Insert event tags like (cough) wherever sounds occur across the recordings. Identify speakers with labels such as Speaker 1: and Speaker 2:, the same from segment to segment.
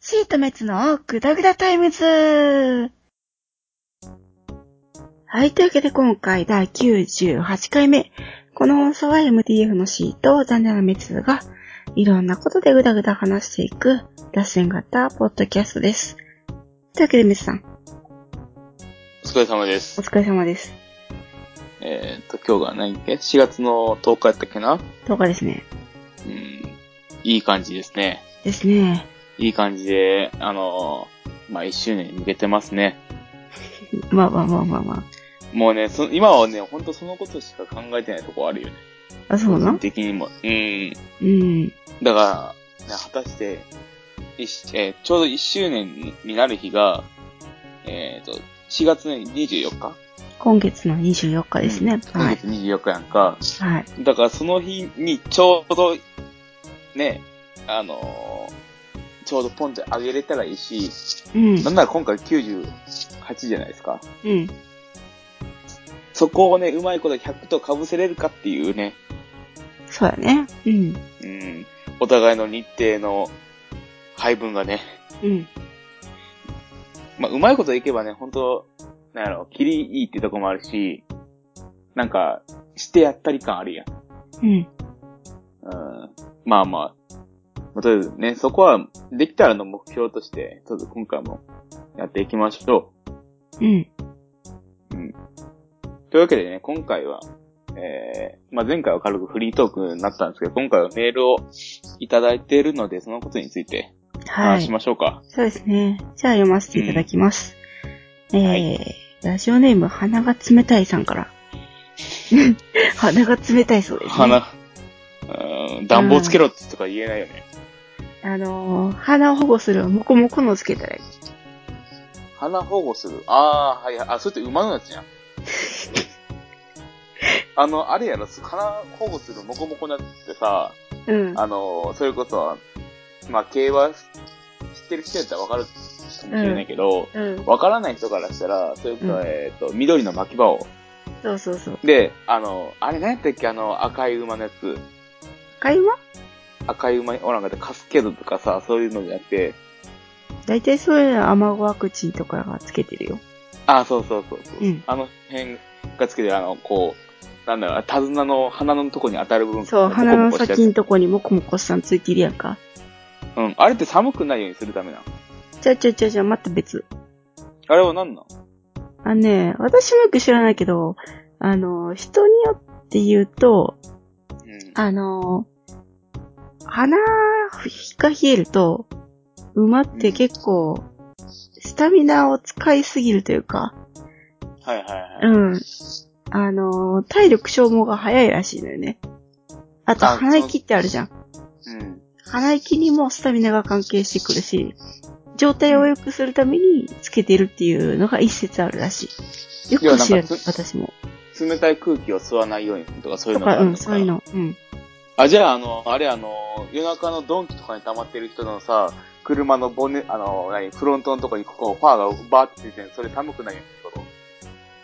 Speaker 1: シートメツのグダグダタイムズはい、というわけで今回第98回目。この放送は MTF のシート、残念なメツが、いろんなことでグダグダ話していく、脱線型ポッドキャストです。というわけでメツさん、
Speaker 2: お疲れ様で
Speaker 1: お
Speaker 2: す。
Speaker 1: 疲れ様です。
Speaker 2: えっ、と、今日が何日っけ ?4 月の10日やったっけな
Speaker 1: 10日ですね。
Speaker 2: うん。いい感じですね。
Speaker 1: ですね。
Speaker 2: いい感じで、あのーまあ、1周年に向けてますね。
Speaker 1: まあまあまあまあま
Speaker 2: もうね、そ今はね、ほんとそのことしか考えてないとこあるよね。
Speaker 1: あ。あ、そうな
Speaker 2: 個
Speaker 1: の
Speaker 2: 人的にも。うん。
Speaker 1: うん。
Speaker 2: だから、ね、果たして、いしえーちょうど1周年になる日が、えっ、と、4月の24日
Speaker 1: 今月の24日ですね。
Speaker 2: 今
Speaker 1: はい。
Speaker 2: 月24日やんか。
Speaker 1: はい。
Speaker 2: だからその日にちょうど、ね、あのーちょうどポンってあげれたらいいし、
Speaker 1: うん。
Speaker 2: なんなら今回98じゃないですか。
Speaker 1: うん。
Speaker 2: そこをね、うまいこと100と被せれるかっていうね、
Speaker 1: そうだね。うん。
Speaker 2: うん、お互いの日程の配分がね、
Speaker 1: うん。
Speaker 2: まあ、うまいこといけばね、本当なんやろ、キリいいってとこもあるし、なんか、してやったり感あるや
Speaker 1: う
Speaker 2: ん。
Speaker 1: ん。
Speaker 2: うん。まあまあ。まあとりあえずね、そこは、できたらの目標として、ちょっと今回もやっていきましょ
Speaker 1: うん。
Speaker 2: う。というわけでね、今回は、えー、まあ前回は軽くフリートークになったんですけど、今回はメールをいただいているので、そのことについて
Speaker 1: は
Speaker 2: 話
Speaker 1: い
Speaker 2: し。ましょうか。
Speaker 1: そうですね。じゃあ読ませていただきます。えー
Speaker 2: は
Speaker 1: ラジオネーム、鼻が冷たいさんから。 (laughs) 鼻が冷たいそうです、ね。
Speaker 2: 花、うん、暖房つけろってとか言えないよね。
Speaker 1: あのー鼻を保護するモコモコのをつけたらいい。
Speaker 2: 花保護する。ああ、はいはい。あ、それって馬のや
Speaker 1: (laughs)
Speaker 2: つじゃん。あの、あれやろ、花保護するモコモコのやつってさ、
Speaker 1: うん。
Speaker 2: あの、それこそ、まあ、競馬知ってる人やったらわかるかもしれないけど、
Speaker 1: うん。
Speaker 2: わ、からない人からしたら、それこそ、
Speaker 1: うん
Speaker 2: えっ、と、緑の巻き場を。
Speaker 1: そうそうそう。
Speaker 2: で、あの、あれ何やったっけあの、赤い馬のやつ。
Speaker 1: 会話
Speaker 2: 赤い馬おらんかったカスケードとかさ、そういうのじゃなくて、
Speaker 1: だいたいそういうのアマゴワクチンとかがつけてるよ。
Speaker 2: あ、そうそうそうそう、
Speaker 1: うん
Speaker 2: あの辺がつけて、あの、こう、なんだろう、手綱の鼻のとこに当たる部分
Speaker 1: そう、鼻の
Speaker 2: ボコボコしたやつ
Speaker 1: 先んとこにモコモコさんついてるやんか。
Speaker 2: うん。あれって寒くないようにするためなの
Speaker 1: ちゃちゃちゃちゃ、また別。
Speaker 2: あれは何なの
Speaker 1: あのね、私もよく知らないけど、あの、人によって言うと、
Speaker 2: うん。
Speaker 1: あの、鼻が冷えると、馬って結構、スタミナを使いすぎるというか、
Speaker 2: はいはいは
Speaker 1: う
Speaker 2: い。
Speaker 1: ん。あの、体力消耗が早いらしいのよね。あと、
Speaker 2: あ
Speaker 1: 鼻息ってあるじゃん。
Speaker 2: うん。
Speaker 1: 鼻息にもスタミナが関係してくるし、状態を良くするためにつけてるっていうのが一説あるらしい。よく知らない
Speaker 2: いやなんか、つ
Speaker 1: 私も。
Speaker 2: 冷たい空気を吸わないようにとかそういう
Speaker 1: と
Speaker 2: のがあ
Speaker 1: か、
Speaker 2: る
Speaker 1: う
Speaker 2: の
Speaker 1: ん、そういうの。うん。
Speaker 2: あ、じゃあ、あの、あれ、あの、夜中のドンキとかに溜まってる人のさ、車のボンネ、あの、何、フロントのとこにここ、ファーがバーってついてるそれ寒くないよってこと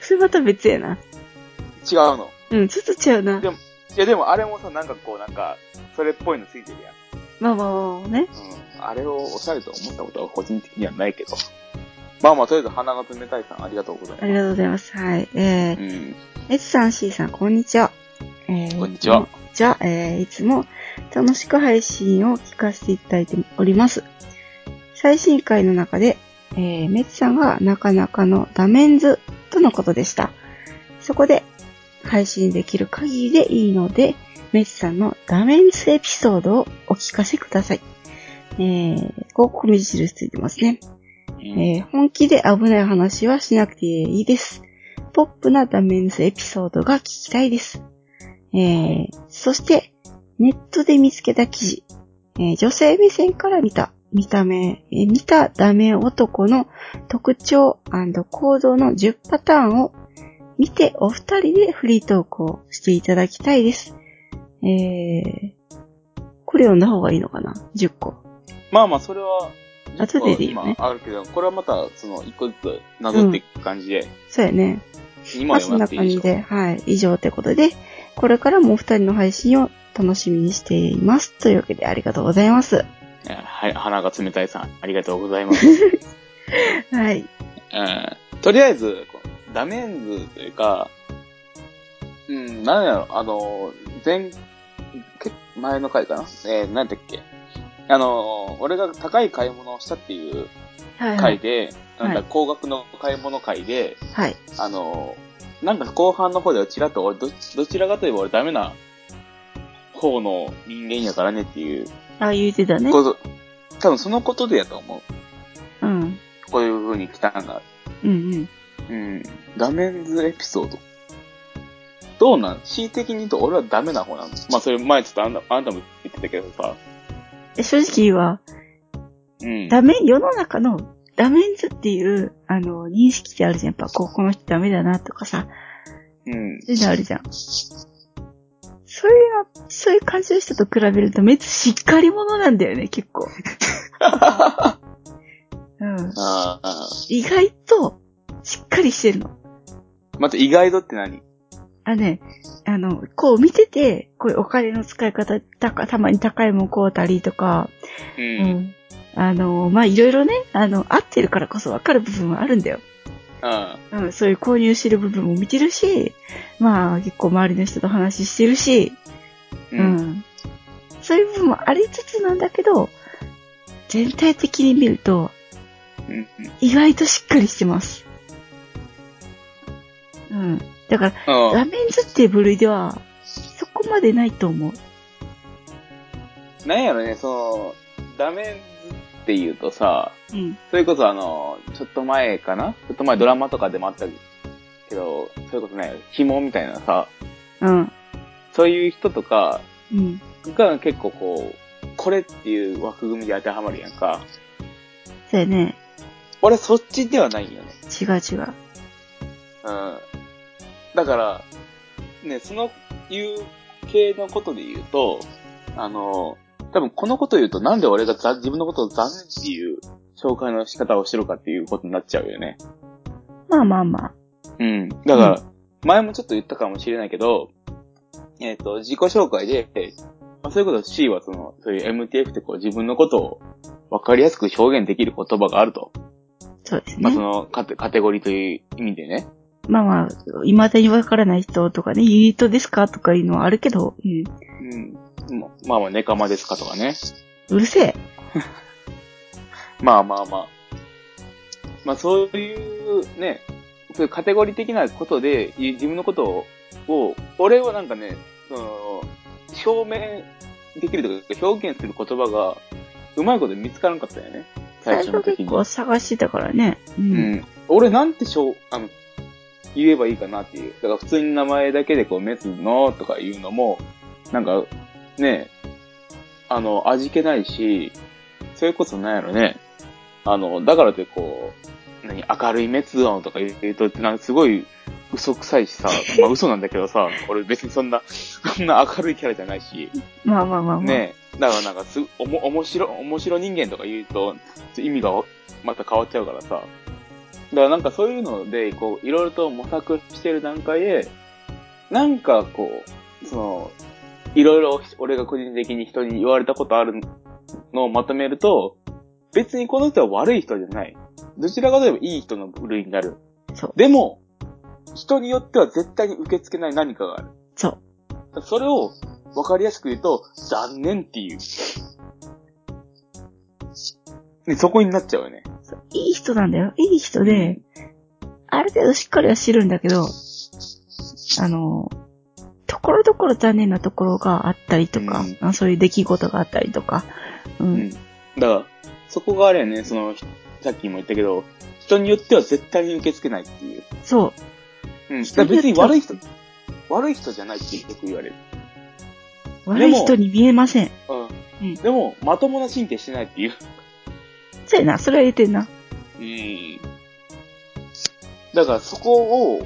Speaker 1: それまた別やな。
Speaker 2: 違うの。
Speaker 1: うん、ちょっと違うな
Speaker 2: で。もいや、でもあれもさ、なんかこう、なんか、それっぽいのついてるやん。
Speaker 1: まあまあまあまあね。
Speaker 2: うん。あれをおしゃれと思ったことは個人的にはないけど。まあまあ、とりあえず鼻が冷たいさん、ありがとうございます。
Speaker 1: ありがとうございます。はい。えー、
Speaker 2: うん。
Speaker 1: S さん、C さん、こんにちは。えー
Speaker 2: こんにちは。
Speaker 1: じゃあ、えー、いつも楽しく配信を聞かせていただいております。最新回の中で、えー、メッチさんがなかなかのダメンズとのことでした。そこで、配信できる限りでいいので、メッチさんのダメンズエピソードをお聞かせください。えー、ここ目印ついてますね。えー本気で危ない話はしなくていいです。ポップなダメンズエピソードが聞きたいです。えーそして、ネットで見つけた記事、えー女性目線から見た見た目、え見たダメ男の特徴行動の10パターンを見てお二人でフリートークをしていただきたいです。えー、これ読んだ方がいいのかな ?10 個。
Speaker 2: まあまあ、それは、
Speaker 1: 後ででいいよね
Speaker 2: 今あるけど、これはまた、その、一個ずつなぞっていく感じで、
Speaker 1: そうやね。
Speaker 2: 今
Speaker 1: まあ
Speaker 2: は
Speaker 1: そんな
Speaker 2: 読まなくていい
Speaker 1: 感
Speaker 2: でし
Speaker 1: じ
Speaker 2: ょ。
Speaker 1: で、はい、以上ってことで、これからもお二人の配信を楽しみにしています。というわけでありがとうございます。
Speaker 2: えーはい、鼻が冷たいさん、ありが (laughs) とうございます。
Speaker 1: はい。
Speaker 2: えーとりあえず、こうダメンズというか、うん、なんやろ、あの、前、け前の回かなえー、なんだっけ。あの、俺が高い買い物をしたっていう
Speaker 1: はい、は
Speaker 2: 回
Speaker 1: い。
Speaker 2: で、
Speaker 1: はい
Speaker 2: なん
Speaker 1: は
Speaker 2: だ、高額の買い物回で、
Speaker 1: はい。
Speaker 2: あの、なんか後半の方ではちらっと俺ど、どちらかといえば俺ダメな方の人間やからねっていう
Speaker 1: あ、言うてたね。
Speaker 2: こと、多分そのことでやと思う。
Speaker 1: うん。うん
Speaker 2: こういう風に来たんだ。
Speaker 1: うん。
Speaker 2: うん。ダメンズエピソード。どうなん恣意的に言うと俺はダメな方なの。まあそれ前ちょっとあんたあんたも言ってたけどさ。
Speaker 1: え正直は、
Speaker 2: うん。
Speaker 1: ダメ、世の中のダメンズっていう、あの、認識ってあるじゃん。やっぱ、こうこの人ダメだなとかさ、
Speaker 2: うん。
Speaker 1: そういうのあるじゃん。そういうの、そういう感じの人と比べると、めっちゃしっかり者なんだよね、結構。うん。
Speaker 2: ああ。
Speaker 1: 意外と、しっかりしてるの。
Speaker 2: また意外度って何
Speaker 1: あのね、あの、こう見てて、こういうお金の使い方、たか、たまに高いもん買うたりとか、
Speaker 2: う。
Speaker 1: うんん。あの、まあ、いろいろね、あの、合ってるからこそわかる部分はあるんだよ。
Speaker 2: うん。
Speaker 1: うん、そういう購入してる部分も見てるし、まあ、結構周りの人と話してるし、う
Speaker 2: うん。
Speaker 1: ん。そういう部分もありつつなんだけど、全体的に見ると、
Speaker 2: うん。
Speaker 1: 意外としっかりしてます。うん。だから、
Speaker 2: う
Speaker 1: ラ
Speaker 2: ん。
Speaker 1: メンズっていう部類では、そこまでないと思う。
Speaker 2: なんやろね、その、ダメンズって言うとさ、
Speaker 1: うん。
Speaker 2: それこそあの、ちょっと前かなちょっと前ドラマとかでもあったけど、それこそね、紐みたいなさ、
Speaker 1: うん。
Speaker 2: そういう人とか
Speaker 1: うん。
Speaker 2: が結構こう、これっていう枠組みで当てはまるやんか。
Speaker 1: そうやね。
Speaker 2: 俺そっちではないよね。
Speaker 1: 違う違う。
Speaker 2: うん。だから、ね、その、いう系のことで言うと、あの、多分このこと言うとなんで俺がざ自分のことを残念っていう紹介の仕方をしてるかっていうことになっちゃうよね。
Speaker 1: まあまあまあ。
Speaker 2: うん。だから、前もちょっと言ったかもしれないけど、えっ、と、自己紹介で、まあ、そういうこと C はその、そういう MTF ってこう自分のことを分かりやすく表現できる言葉があると。
Speaker 1: そうですね。
Speaker 2: まあ、そのカテカテゴリーという意味でね。
Speaker 1: まあまあ、未だにわからない人とかね、ユニットですかとかいうのはあるけど、うん。
Speaker 2: うん。ままあまあ、ネカマですかとかね。
Speaker 1: うるせえ。
Speaker 2: まあまあまあ。まあそういうね、そういうカテゴリー的なことで、い自分のことを、を俺はなんかね、その、証明できるとか、表現する言葉が、うまいこと見つからなかったよね。
Speaker 1: 最
Speaker 2: 最初の
Speaker 1: 初
Speaker 2: 時
Speaker 1: 結
Speaker 2: に。
Speaker 1: 構探してたからね。う。
Speaker 2: うんん。俺なんてしょう、あの、言えばいいかなっていう。だから普通に名前だけでこう、メスのとか言うのも、なんか、ね、あの、味気ないし、それこそなんやろね、あの、だからってこう、何、明るいメス音とか言うと、なんかすごい嘘くさいしさ、まあ嘘なんだけどさ、俺別にそんな、そんな明るいキャラじゃないし、
Speaker 1: まあまあまあまあ。
Speaker 2: ねだからなんかす、おも、面白、面白人間とか言うと、意味がおまた変わっちゃうからさ。だからなんかそういうので、こう、いろいろと模索してる段階で、なんかこう、その、いろいろ俺が個人的に人に言われたことあるのをまとめると、別にこの人は悪い人じゃない。どちらかといえばいい人の部類になる。
Speaker 1: そう。
Speaker 2: でも、人によっては絶対に受け付けない何かがある。
Speaker 1: そう。
Speaker 2: それを分かりやすく言うと、残念っていう。ね、そこになっちゃうよね。
Speaker 1: いい人なんだよ。いい人で、ある程度しっかりは知るんだけど、あの、ところどころ残念なところがあったりとか、
Speaker 2: うん
Speaker 1: あそういう出来事があったりとか、うん。
Speaker 2: うん。だから、そこがあれやね、その、さっきも言ったけど、人によっては絶対に受け付けないっていう。
Speaker 1: そう。
Speaker 2: うん。だ
Speaker 1: 人
Speaker 2: から
Speaker 1: によっ
Speaker 2: 別
Speaker 1: て
Speaker 2: に
Speaker 1: は
Speaker 2: 悪い人、悪い人じゃないってよく言われる。
Speaker 1: 悪い人に見えません。
Speaker 2: うん。
Speaker 1: うん
Speaker 2: でも、まともな神経してないっていう。
Speaker 1: そうやな、それは言ってんな。
Speaker 2: うん。だからそこをも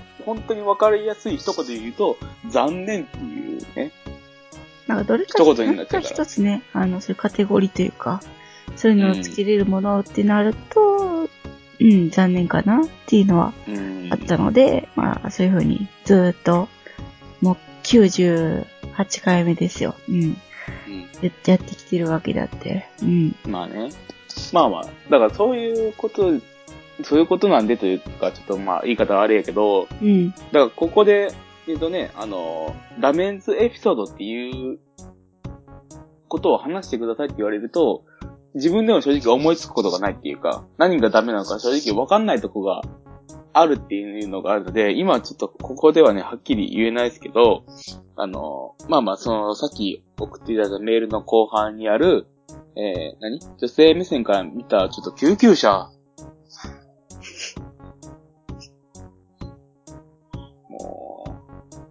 Speaker 2: う本当に分かりやすい一言で言うと、残念っていうね。
Speaker 1: なんかどれか
Speaker 2: 一言になっちゃ
Speaker 1: な
Speaker 2: うんから
Speaker 1: か一つね、あの、そういうカテゴリーというか、そういうのをつけれるものってなると、うん、残念かなっていうのは
Speaker 2: うん
Speaker 1: あったので、まあ、そういうふうにずーっと、もう98回目ですよ。うん。
Speaker 2: う
Speaker 1: やってやってきてるわけだって。うん。
Speaker 2: ん。まあね。まあまあ。だからそういうこと、そういうことなんでというか、ちょっとまあ言い方はあれやけど、
Speaker 1: うん。
Speaker 2: だからここで、えっとね、あの、ダメンズエピソードっていうことを話してくださいって言われると、自分でも正直思いつくことがないっていうか、何がダメなのか正直わかんないとこがあるっていうのがあるので、今はちょっとここではね、はっきり言えないですけど、あの、まあまあ、その、さっき送っていただいたメールの後半にある、えー、何女性目線から見た、ちょっと救急車。も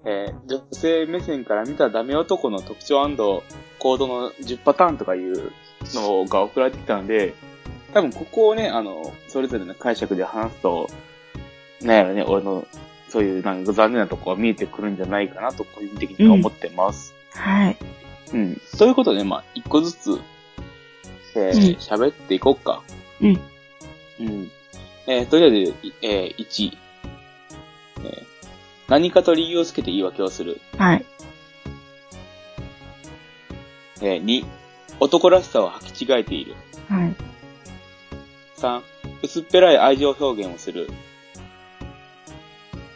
Speaker 2: う、えー女性目線から見たダメ男の特徴行動の10パターンとかいうのが送られてきたので、多分ここをね、あの、それぞれの解釈で話すと、なんやろね、俺の、そういうなんか残念なとこが見えてくるんじゃないかなと、個人的には思ってます。
Speaker 1: はい。
Speaker 2: うん。ということで、まあ、一個ずつ、え
Speaker 1: うん
Speaker 2: ー、喋、っていこうか。
Speaker 1: うん。
Speaker 2: うん。えー、とりあえず、いえー、1、えー何かと理由をつけて言い訳をする。
Speaker 1: はい。
Speaker 2: えー、2、男らしさを履き違えている。
Speaker 1: はい。
Speaker 2: 3、薄っぺらい愛情表現をする。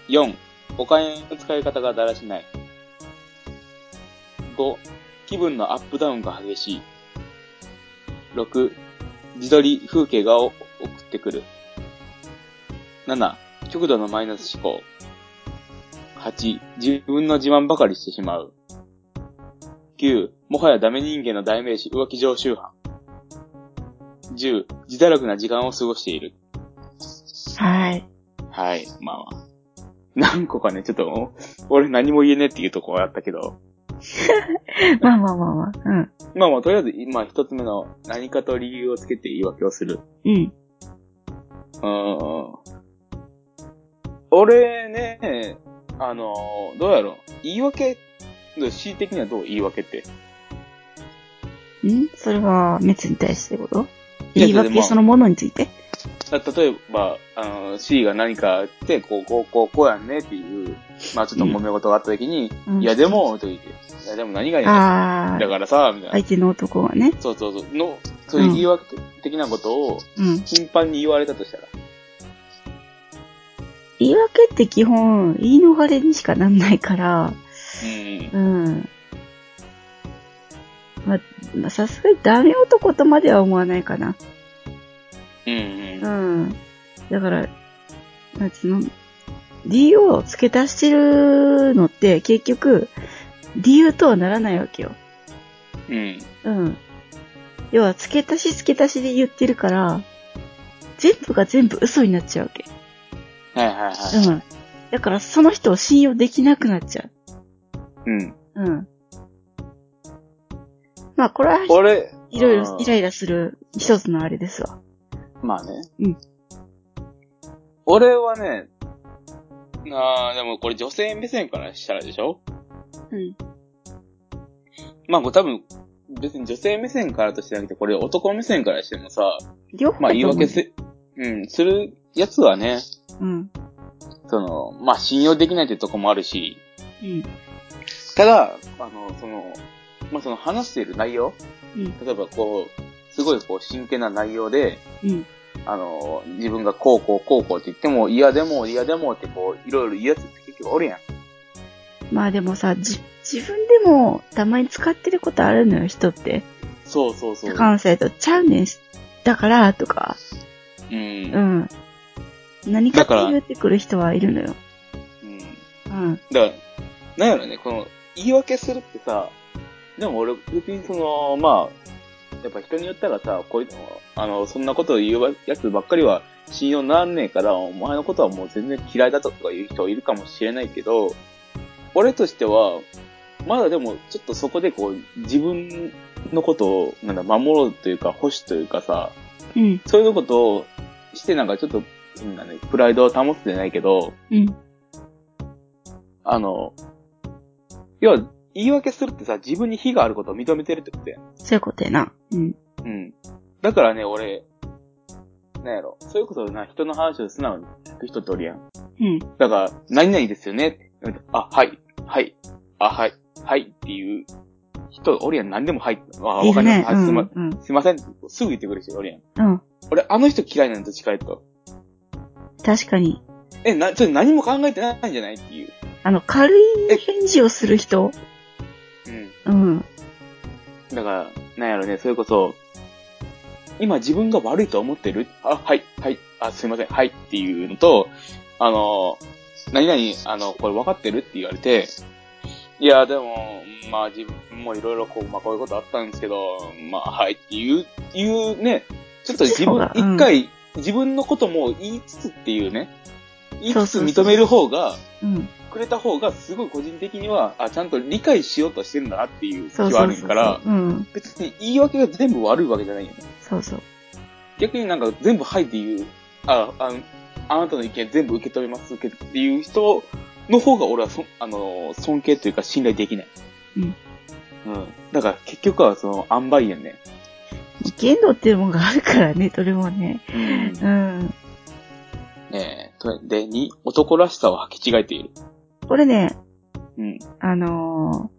Speaker 2: 4、お金の使い方がだらしない。5、気分のアップダウンが激しい。6、自撮り風景がを送ってくる。7、極度のマイナス思考。8、自分の自慢ばかりしてしまう。9、もはやダメ人間の代名詞、浮気常習犯。10、自堕落な時間を過ごしている。
Speaker 1: はい。 (laughs)
Speaker 2: はい、まあまあ。 (laughs) 何個かね、ちょっと、俺何も言えねえっていうところあったけど。
Speaker 1: まあまあまあまあ。うん。
Speaker 2: まあまあ、とりあえず、今一つ目の何かと理由をつけて言い訳をする。
Speaker 1: うん。
Speaker 2: うーん。俺ね、あの、どうやろう。言い訳、恣意的にはどう言い訳って。
Speaker 1: んそれは、滅に対してこと
Speaker 2: いや
Speaker 1: 言い
Speaker 2: でもま
Speaker 1: 訳
Speaker 2: あ
Speaker 1: そのものについて
Speaker 2: だ例えば、あの、C が何かあって、こう、こう、こう、こうやんねっていう、まあちょっと揉め事があった時に、
Speaker 1: うん
Speaker 2: いやでも、と言って、いやでも何がいいの
Speaker 1: あ
Speaker 2: だ
Speaker 1: あ、
Speaker 2: からさ、みたいな。
Speaker 1: 相手の男はね。
Speaker 2: そうそうそう。の、そういう言い訳的なことを
Speaker 1: うん。
Speaker 2: 頻繁に言われたとしたら。
Speaker 1: 言い訳って基本、言い逃れにしかなんないから、
Speaker 2: うん。
Speaker 1: うん。ま、まあ、さすがにダメ男とまでは思わないかな。
Speaker 2: うん
Speaker 1: う
Speaker 2: うん。
Speaker 1: ん。だから、なんつうの、理由を付け足してるのって、結局、理由とはならないわけよ。
Speaker 2: うん。
Speaker 1: うん。要は、付け足し付け足しで言ってるから、全部が全部嘘になっちゃうわけ。
Speaker 2: はいはいは
Speaker 1: うん。だから、その人を信用できなくなっちゃう。
Speaker 2: い。うん。
Speaker 1: うん。まあ、これは、
Speaker 2: 俺、
Speaker 1: いろい
Speaker 2: あ
Speaker 1: ろ
Speaker 2: ー
Speaker 1: イライラする一つのあれですわ。
Speaker 2: まあね。
Speaker 1: うん。
Speaker 2: 俺はね、あー、でもこれ女性目線からしたらでしょ
Speaker 1: うん。
Speaker 2: まあこれ多分、別に女性目線からとしてなくて、これ男目線からしてもさ、
Speaker 1: 両方
Speaker 2: まあ
Speaker 1: だ
Speaker 2: 言い
Speaker 1: と思う
Speaker 2: 訳す、うん、するやつはね、
Speaker 1: うん。
Speaker 2: その、まあ信用できないってとこもあるし、
Speaker 1: うん。
Speaker 2: ただ、あの、その、まあ、その話している内容、
Speaker 1: うん。
Speaker 2: 例えばこう、すごいこう真剣な内容で、
Speaker 1: うん。
Speaker 2: あの、自分がこうこうこうこうって言っても、いやでも、いやでもってこう、いろいろ言うやつって結局おるやん。
Speaker 1: まあでもさ、じ、自分でもたまに使ってることあるのよ、人って。
Speaker 2: そうそうそう。
Speaker 1: 関西とちゃうねんし。だから、とか。
Speaker 2: う。
Speaker 1: うんん。何かって
Speaker 2: だから
Speaker 1: 言ってくる人はいるのよ。
Speaker 2: うん。
Speaker 1: うん。
Speaker 2: だから、なんやろね、この、言い訳するってさ、でも俺、別にその、まあ、やっぱ人によったらさ、こういうの、あの、そんなことを言うやつばっかりは信用なんねえから、お前のことはもう全然嫌いだとか言う人いるかもしれないけど、俺としては、まだでも、ちょっとそこでこう、自分のことを、なんだ、守ろうというか、保守というかさ、
Speaker 1: うん。
Speaker 2: そういうことをして、なんかちょっと、うんなんだね、プライドを保つじゃないけど、
Speaker 1: うん。
Speaker 2: あの、要は、言い訳するってさ、自分に非があることを認めてるってことやん。
Speaker 1: そういうことやな。うん。
Speaker 2: うん。だからね、俺、なんやろ。そういうことな、人の話を素直に聞く人っておるやん。
Speaker 1: うん。
Speaker 2: だから、何々ですよね。あ、はい、はい、あ、はい、はいっていう人おるやん。何でもはい。あ、
Speaker 1: い
Speaker 2: わ
Speaker 1: い
Speaker 2: かりまし
Speaker 1: ね。
Speaker 2: た。
Speaker 1: う
Speaker 2: はいすい
Speaker 1: ん。う
Speaker 2: ま
Speaker 1: ん。
Speaker 2: すいません。すぐ言ってくる人おるやん。
Speaker 1: うん。
Speaker 2: 俺、あの人嫌いなんと近いと。
Speaker 1: 確かに。
Speaker 2: え、な、ちょ、何も考えてないんじゃないっていう。
Speaker 1: あの、軽い返事をする人。
Speaker 2: うん。
Speaker 1: うん。
Speaker 2: だから、なんやろね、それこそ、今自分が悪いと思ってるあ、はい、はい、あ、すいません、はいっていうのと、あの、何々、あの、これ分かってるって言われて、いや、でも、まあ自分もいろいろこう、まあこういうことあったんですけど、まあはいっていう、いうね、ちょっと自
Speaker 1: そ
Speaker 2: 分
Speaker 1: っ、ちの方がうん
Speaker 2: 一回、自分のことも言いつつっていうね、
Speaker 1: そ
Speaker 2: 言いつつ
Speaker 1: うそうそう
Speaker 2: 認める方が、
Speaker 1: うん。
Speaker 2: くれた方がすごい個人的には、あ、ちゃんと理解しようとしてるんだなっていう気
Speaker 1: そうそ
Speaker 2: はあ
Speaker 1: う
Speaker 2: る
Speaker 1: そう。
Speaker 2: から、
Speaker 1: うん。
Speaker 2: 別に言い訳が全部悪いわけじゃないよね。
Speaker 1: そうそう。
Speaker 2: 逆になんか全部はいっていう、あ、あのあなたの意見全部受け止めますけどっていう人の方が俺はそ、あの、尊敬というか信頼できない。
Speaker 1: うん
Speaker 2: うん。だから結局はその、塩梅やね。
Speaker 1: 限度っていうものがあるから
Speaker 2: (laughs)
Speaker 1: ね、どれもね。
Speaker 2: う
Speaker 1: う
Speaker 2: ん
Speaker 1: ん。
Speaker 2: ねえ。とで、に、男らしさを履き違えている。
Speaker 1: これね、
Speaker 2: うん。
Speaker 1: あのー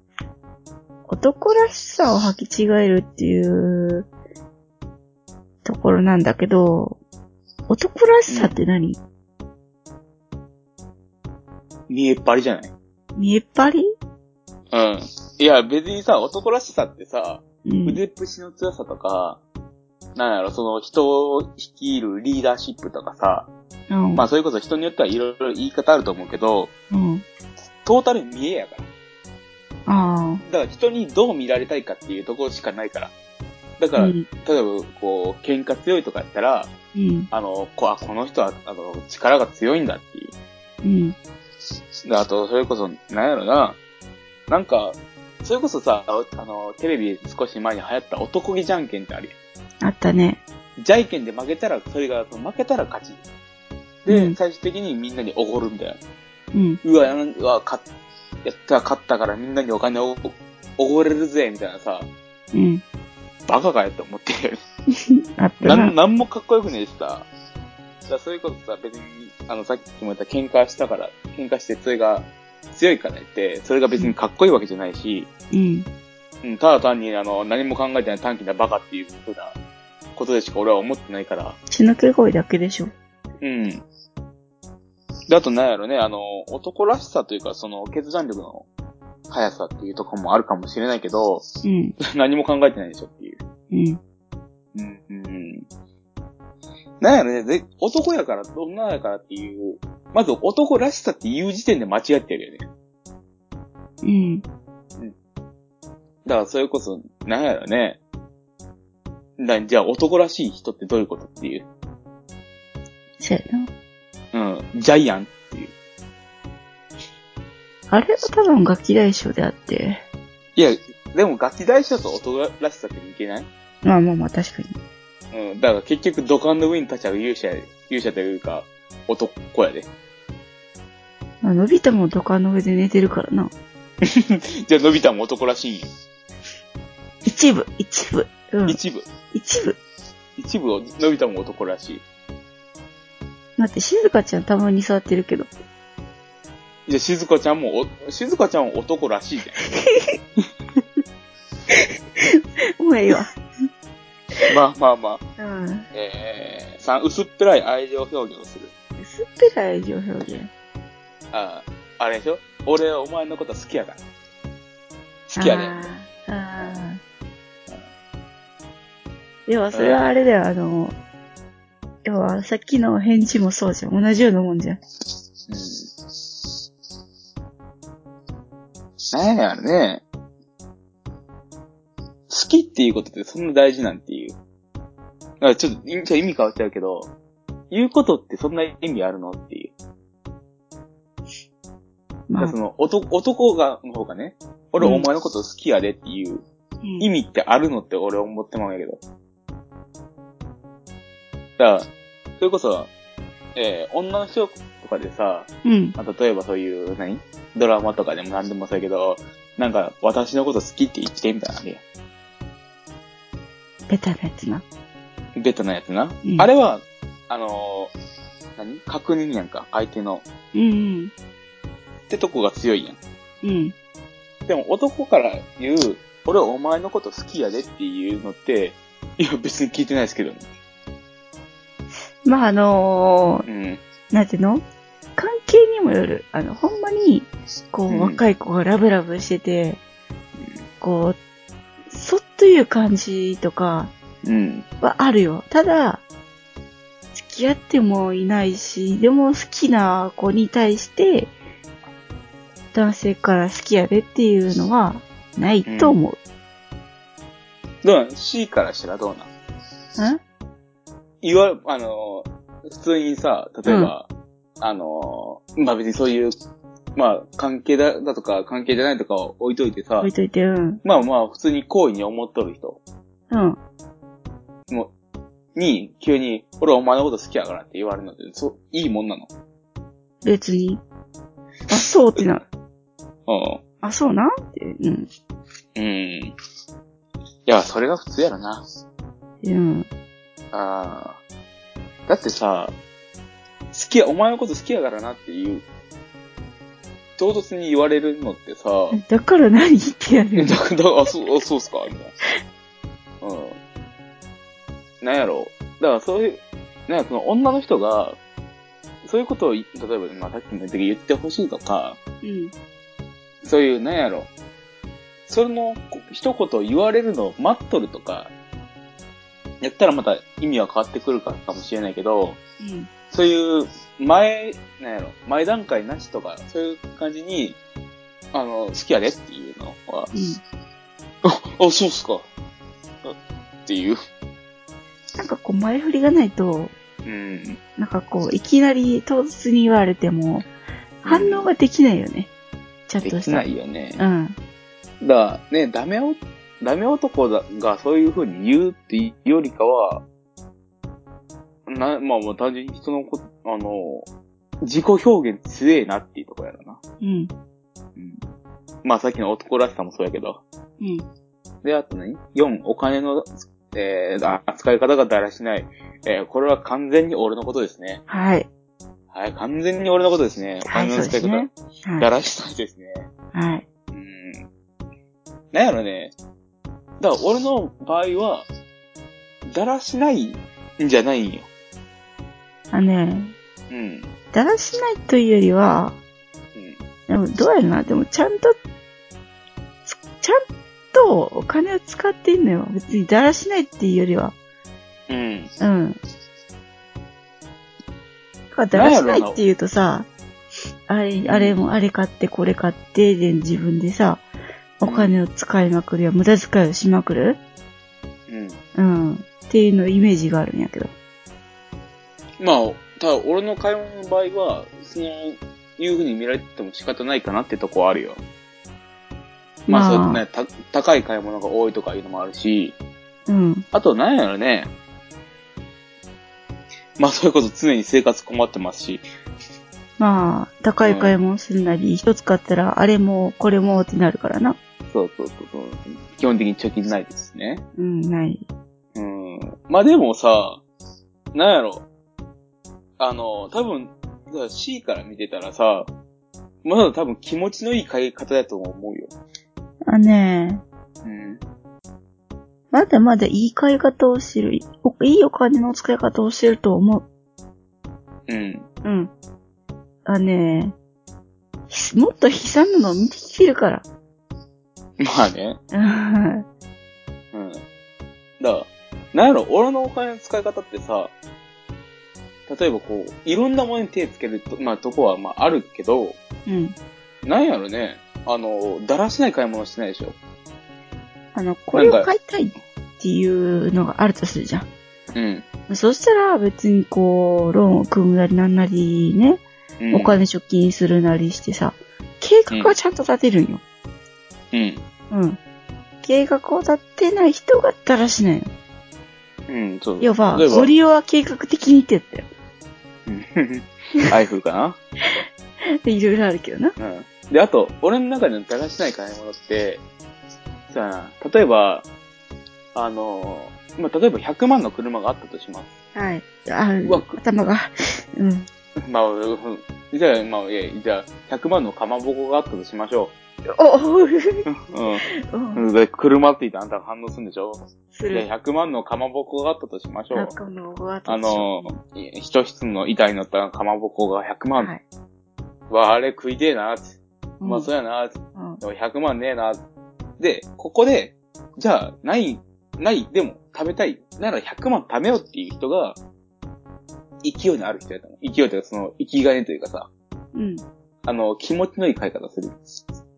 Speaker 1: 男らしさを履き違えるっていうところなんだけど、男らしさって何、
Speaker 2: 見えっ張りじゃない
Speaker 1: 見えっ張り
Speaker 2: うん。いや、別にさ、男らしさってさ、
Speaker 1: うん。
Speaker 2: 腕っぷしの強さとか、なんやろ、その人を率いるリーダーシップとかさ、
Speaker 1: うん。
Speaker 2: まあ、それこそ人によってはいろいろ言い方あると思うけど、
Speaker 1: うん。
Speaker 2: トータル見えやから。
Speaker 1: あ
Speaker 2: だから人にどう見られたいかっていうところしかないから。だ
Speaker 1: あ。
Speaker 2: から、
Speaker 1: う
Speaker 2: 例え
Speaker 1: ん。
Speaker 2: ば、こう、喧嘩強いとかやったら、
Speaker 1: うん。
Speaker 2: あの、こあこの人は、あの、力が強いんだってい
Speaker 1: う
Speaker 2: う
Speaker 1: ん。。
Speaker 2: であと、それこそ、なんやろな、なんか、それこそさ、ああの、テレビ少し前に流行った男気じゃんけんってある
Speaker 1: あったね。
Speaker 2: やん。じゃいけんで負けたら、それが、負けたら勝ち。で、
Speaker 1: うん
Speaker 2: 最終的にみんなにおごるみたいな。
Speaker 1: うん。
Speaker 2: うわ、なんうわ、勝っ、やった、勝ったからみんなにお金をおごれるぜ、みたいなさ、
Speaker 1: うん。
Speaker 2: バカかよって思ってるよね。
Speaker 1: あった
Speaker 2: なん、
Speaker 1: な。
Speaker 2: なんもかっこよくねえしさ。だからそういうことさ、別に、あの、さっきも言った喧嘩したから、喧嘩してそれが強いから言って、それが別にかっこいいわけじゃないし、
Speaker 1: うん。
Speaker 2: うん、ただ単にあの、何も考えてない短期なバカっていうふうなことでしか俺は思ってないから、
Speaker 1: 血のけ声だけでしょ。
Speaker 2: うん。だとなんやろね、あの、男らしさというか、その、決断力の速さっていうとこもあるかもしれないけど、 (laughs)
Speaker 1: うん。
Speaker 2: 何も考えてないでしょっていう。
Speaker 1: うん。
Speaker 2: うん。うん。なんやろね、ぜ男やから、女やからっていう、まず男らしさっていう時点で間違ってるよね。
Speaker 1: うん。
Speaker 2: だからそれこそ、なんやろね。だじゃあ男らしい人ってどういうことっていう。
Speaker 1: そうやな。
Speaker 2: うん。ジャイアンっていう。
Speaker 1: あれは多分ガキ大将であって。
Speaker 2: いや、でもガキ大将と男らしさって似てない
Speaker 1: まあまあまあ確かに。
Speaker 2: うん、だから結局ドカンの上に立ちゃう勇者やで、勇者というか、男やで。
Speaker 1: まあ、のび太も土管の上で寝てるからな。
Speaker 2: じゃあ、のび太も男らしいんや。
Speaker 1: 一部、一部。うん。
Speaker 2: 一部。
Speaker 1: 一部。
Speaker 2: 一部を、のび太も男らしい。
Speaker 1: 待って、静香ちゃんたまに触ってるけど。
Speaker 2: じゃあ、静香ちゃんもお、静香ちゃんは男らしいじ
Speaker 1: もうええわ。
Speaker 2: ゃん。
Speaker 1: (laughs)
Speaker 2: まあまあまあ。
Speaker 1: うん。
Speaker 2: えー、三、薄っぺらい愛情表現をする。
Speaker 1: 薄っぺらい情表現。
Speaker 2: ああ、あれでしょ俺はお前のこと好きやから。好きやね。
Speaker 1: あーあー。では、それはあれだよ、あの、要は、さっきの返事もそうじゃん。同じようなもんじゃん。
Speaker 2: うん。なんやろね。好きっていうことってそんな大事なんていう。だからちょっと意味ちょ意味変わっちゃうけど、言うことってそんな意味あるのっていう。だ
Speaker 1: ま
Speaker 2: から
Speaker 1: あ
Speaker 2: そ、の男男が、の方がね、俺
Speaker 1: うん
Speaker 2: お前のこと好きやでっていう
Speaker 1: うん
Speaker 2: 意味ってあるのって俺思ってまうんやけど。だから、それこそ、えー女の人とかでさ、
Speaker 1: うん。
Speaker 2: まあ、例えばそういう、何ドラマとかでも何でもそうやけど、なんか、私のこと好きって言って、みたいなね。
Speaker 1: ベタなやつな。
Speaker 2: ベタなやつな。
Speaker 1: うん
Speaker 2: あれは、あのー何確認やんか、相手の。
Speaker 1: うん
Speaker 2: ってとこが強いやん。
Speaker 1: うん。うん。
Speaker 2: でも男から言う、俺はお前のこと好きやでっていうのって、いや別に聞いてないですけどね。
Speaker 1: まあ、あの
Speaker 2: うん。
Speaker 1: ー、なんていうの関係にもよる。あの、ほんまに、こう、
Speaker 2: うん
Speaker 1: 若い子がラブラブしてて、こう、そっという感じとか
Speaker 2: うん。
Speaker 1: はあるよ。ただ、付き合ってもいないし、でも好きな子に対して、男性から好きやでっていうのはないと思う。
Speaker 2: どうなん ?C からしたらどうなん
Speaker 1: うん
Speaker 2: 言わ、あのー、普通にさ、例えば、あのー、まあ、別にそういう、まあ、関係だだとか、関係じゃないとかを置いといてさ
Speaker 1: 置い、といて、うん。
Speaker 2: まあまあ、普通に好意に思っとる人
Speaker 1: うん。
Speaker 2: に、急に、俺はお前のこと好きやからって言われるのって、そう、いいもんなの。
Speaker 1: 別に。あ、そうってな。あ、そうなんって。うん。
Speaker 2: うん。うん。いや、それが普通やろな。
Speaker 1: うん。
Speaker 2: ああ。だってさ、好きや、お前のこと好きやからなっていう、唐突に言われるのってさ、
Speaker 1: だから何言ってや
Speaker 2: え、
Speaker 1: る
Speaker 2: (laughs) だ、だ、あ、そう、あ、そうっすかみたいな。うん。なんやろだからそういう、なんや、その女の人が、そういうことをい、例えば、まあ、さっきも言ったけど言ってほしいとか、
Speaker 1: うん。
Speaker 2: そういう、なんやろそのこ一言言われるのを待っとるとか、やったらまた意味は変わってくるかかもしれないけど、
Speaker 1: うん。
Speaker 2: そういう、前、なんやろ、前段階なしとか、そういう感じに、あの、好きやでっていうのは、
Speaker 1: うん。
Speaker 2: あ、そうっすか。あっていう。
Speaker 1: なんかこう前振りがないと、
Speaker 2: うん。
Speaker 1: なんかこういきなり唐突に言われても、反応ができないよね。ちゃん
Speaker 2: で
Speaker 1: とし
Speaker 2: き
Speaker 1: た。
Speaker 2: ないよね。
Speaker 1: うん。
Speaker 2: だから、ね、ダメお、ダメ男だがそういう風に言うっていうよりかは、な、まあまあ単純に人のこ、あの、自己表現強えなっていうところやろな。
Speaker 1: うん。
Speaker 2: うん。まあさっきの男らしさもそうやけど。
Speaker 1: うん。
Speaker 2: で、あと何 ?4、お金の、えー、あ扱い方がだらしない。えー、これは完全に俺のことですね。
Speaker 1: はい。
Speaker 2: はい、完全に俺のことですね。お
Speaker 1: はい、
Speaker 2: 金
Speaker 1: そ
Speaker 2: の
Speaker 1: うで
Speaker 2: 使い
Speaker 1: す
Speaker 2: 方、
Speaker 1: ね。
Speaker 2: だ
Speaker 1: は
Speaker 2: らしたいですね。
Speaker 1: い。はい。
Speaker 2: うん。なんやろね。だから俺の場合は、だらしないんじゃないんよ。
Speaker 1: あのね、
Speaker 2: うん。
Speaker 1: だらしないというよりは、
Speaker 2: うん。
Speaker 1: でもどうやろな、でもちゃんと、つちゃんとお金を使ってんのよ。別にだらしないっていうよりは。
Speaker 2: うん。
Speaker 1: うん。だからだらしないって言うとさ、あれ、あれも、あれ買って、これ買って、で、自分でさ、お金を使いまくるや、無駄遣いをしまくる
Speaker 2: うん。
Speaker 1: うん。っていうのイメージがあるんやけど。
Speaker 2: まあ、ただ俺の買い物の場合は、その、いう風に見られても仕方ないかなってとこはあるよ。まあ、そうね、た、高い買い物が多いとかいうのもあるし、
Speaker 1: うん。
Speaker 2: あとなんやろね。まあ、それこそ常に生活困ってますし、
Speaker 1: まあ、高い買い物するなり、一つ買ったら、あれも、これもってなるからな。
Speaker 2: そうそうそうそう。基本的に貯金ないですね。
Speaker 1: うん、ない。
Speaker 2: うん。まあでもさ、なんやろ。あの、多分、さ C から見てたらさ、まだ多分気持ちのいい買い方だと思うよ。
Speaker 1: あ、ねえ。
Speaker 2: うん。
Speaker 1: まだまだいい買い方をしてる。いおいいお金の使い方をしてると思う。
Speaker 2: うん。 (laughs)
Speaker 1: うん。あねひすもっと悲惨なのを見てきてるから。
Speaker 2: まあね。
Speaker 1: うん
Speaker 2: うん。だから、なんやろ、俺のお金の使い方ってさ、例えばこう、いろんなものに手つけると、まあとこはまああるけど、
Speaker 1: うん。
Speaker 2: なんやろね、あの、だらしない買い物してないでしょ。
Speaker 1: あの、これ
Speaker 2: なん
Speaker 1: を
Speaker 2: か
Speaker 1: 買いたいっていうのがあるとするじゃ
Speaker 2: うん。
Speaker 1: ん。そしたら別にこう、ローンを組むなりなんなりね、
Speaker 2: うん、
Speaker 1: お金貯金するなりしてさ、計画はちゃんと立てるんよ。
Speaker 2: うん。
Speaker 1: うん。計画を立てない人がだらしないの。
Speaker 2: うん、そう。
Speaker 1: 要は、
Speaker 2: 例えば
Speaker 1: ゴリオは計画的にって言ったよ。
Speaker 2: うん (laughs) 愛風か
Speaker 1: で、いろいろあるけどな。
Speaker 2: なうん。で、あと、俺の中でのだらしない買い物って、そうやな、例えば、あの、まあ、例えば100万の車があったとします。
Speaker 1: はい。あ
Speaker 2: うわ
Speaker 1: 頭が、うん。
Speaker 2: (laughs) まあ、うんじゃあ、まあ、いや、じゃあ、100万のかまぼこがあったとしましょ
Speaker 1: おお
Speaker 2: う。う
Speaker 1: お
Speaker 2: ん。で、車って言ってあんた反応するんでしょ
Speaker 1: す
Speaker 2: じ
Speaker 1: る。
Speaker 2: ゃあ、100万のかまぼこがあったとしましょう。
Speaker 1: 中のごあ
Speaker 2: あの、い一室の板に乗ったかまぼこが100万。
Speaker 1: はい。
Speaker 2: わあ、あれ食いてえなって。
Speaker 1: うん
Speaker 2: まあ、そうやなって。
Speaker 1: うん
Speaker 2: でも100万ねえな。で、ここで、じゃあ、ない、ない、でも食べたい。なら100万貯めようっていう人が、勢いのある人やったの。勢いというか、その、生きがいというかさ、
Speaker 1: うん。
Speaker 2: あの、気持ちのいい買い方する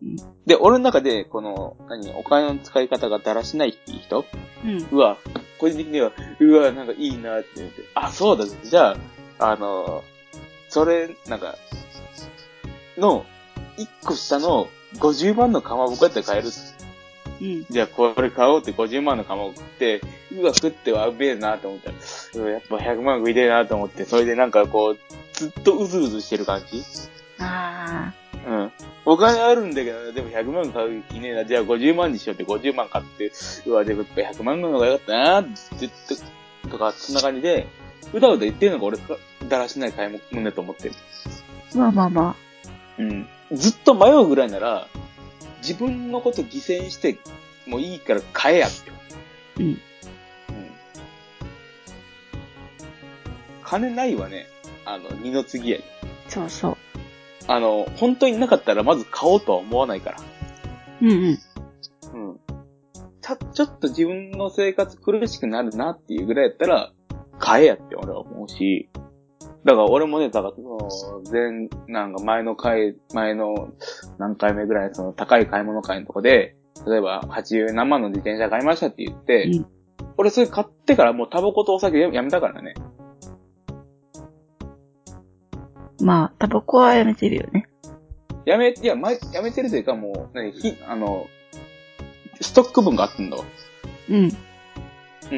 Speaker 1: うん。
Speaker 2: で、俺の中で、この、何、お金の使い方がだらしないっていう人
Speaker 1: うん。
Speaker 2: うわ、個人的には、うわ、なんかいいなって思って、あ、そうだ、じゃあ、あの、それ、なんか、の、一個下の50万のかまぼこやったら買える。
Speaker 1: うん。
Speaker 2: じゃあ、これ買おうって50万のかまぼこ食って、うわ、食ってはうべえなと思ったら、うわやっぱ100万食いてえなと思って、それでなんかこう、ずっとうずうずしてる感じ
Speaker 1: あ
Speaker 2: うん。お金あるんだけど、でも100万買う気ねえな。じゃあ50万にしようって50万買って、うわ、でもやっぱ100万の方が良かったなって言って、とか、そんな感じで、うだうだ言ってるのが俺か、だらしない買い物だと思ってる。
Speaker 1: あ。まあまあま
Speaker 2: うん。ずっと迷うぐらいなら、自分のこと犠牲にしてもいいから買えやって。
Speaker 1: うん
Speaker 2: うん。金ないはね、あの、二の次やね。
Speaker 1: あ。そうそ
Speaker 2: あの、本当になかったらまず買おうとは思わないから。
Speaker 1: う。うんうん。
Speaker 2: うん。た、ちょっと自分の生活苦しくなるなっていうぐらいやったら、買えやって俺は思うし、だから俺もね、だからその、前、なんか前の回、前の何回目ぐらい、その高い買い物会のとこで、例えば80何万の自転車買いましたって言って、
Speaker 1: うん
Speaker 2: 俺それ買ってからもうタバコとお酒ややめたからね。
Speaker 1: まあ、タバコはやめてるよね。
Speaker 2: やめ、いや、ま、やめてるというかもう、何、ひ、あの、ストック分があったんだわ。
Speaker 1: うん。
Speaker 2: う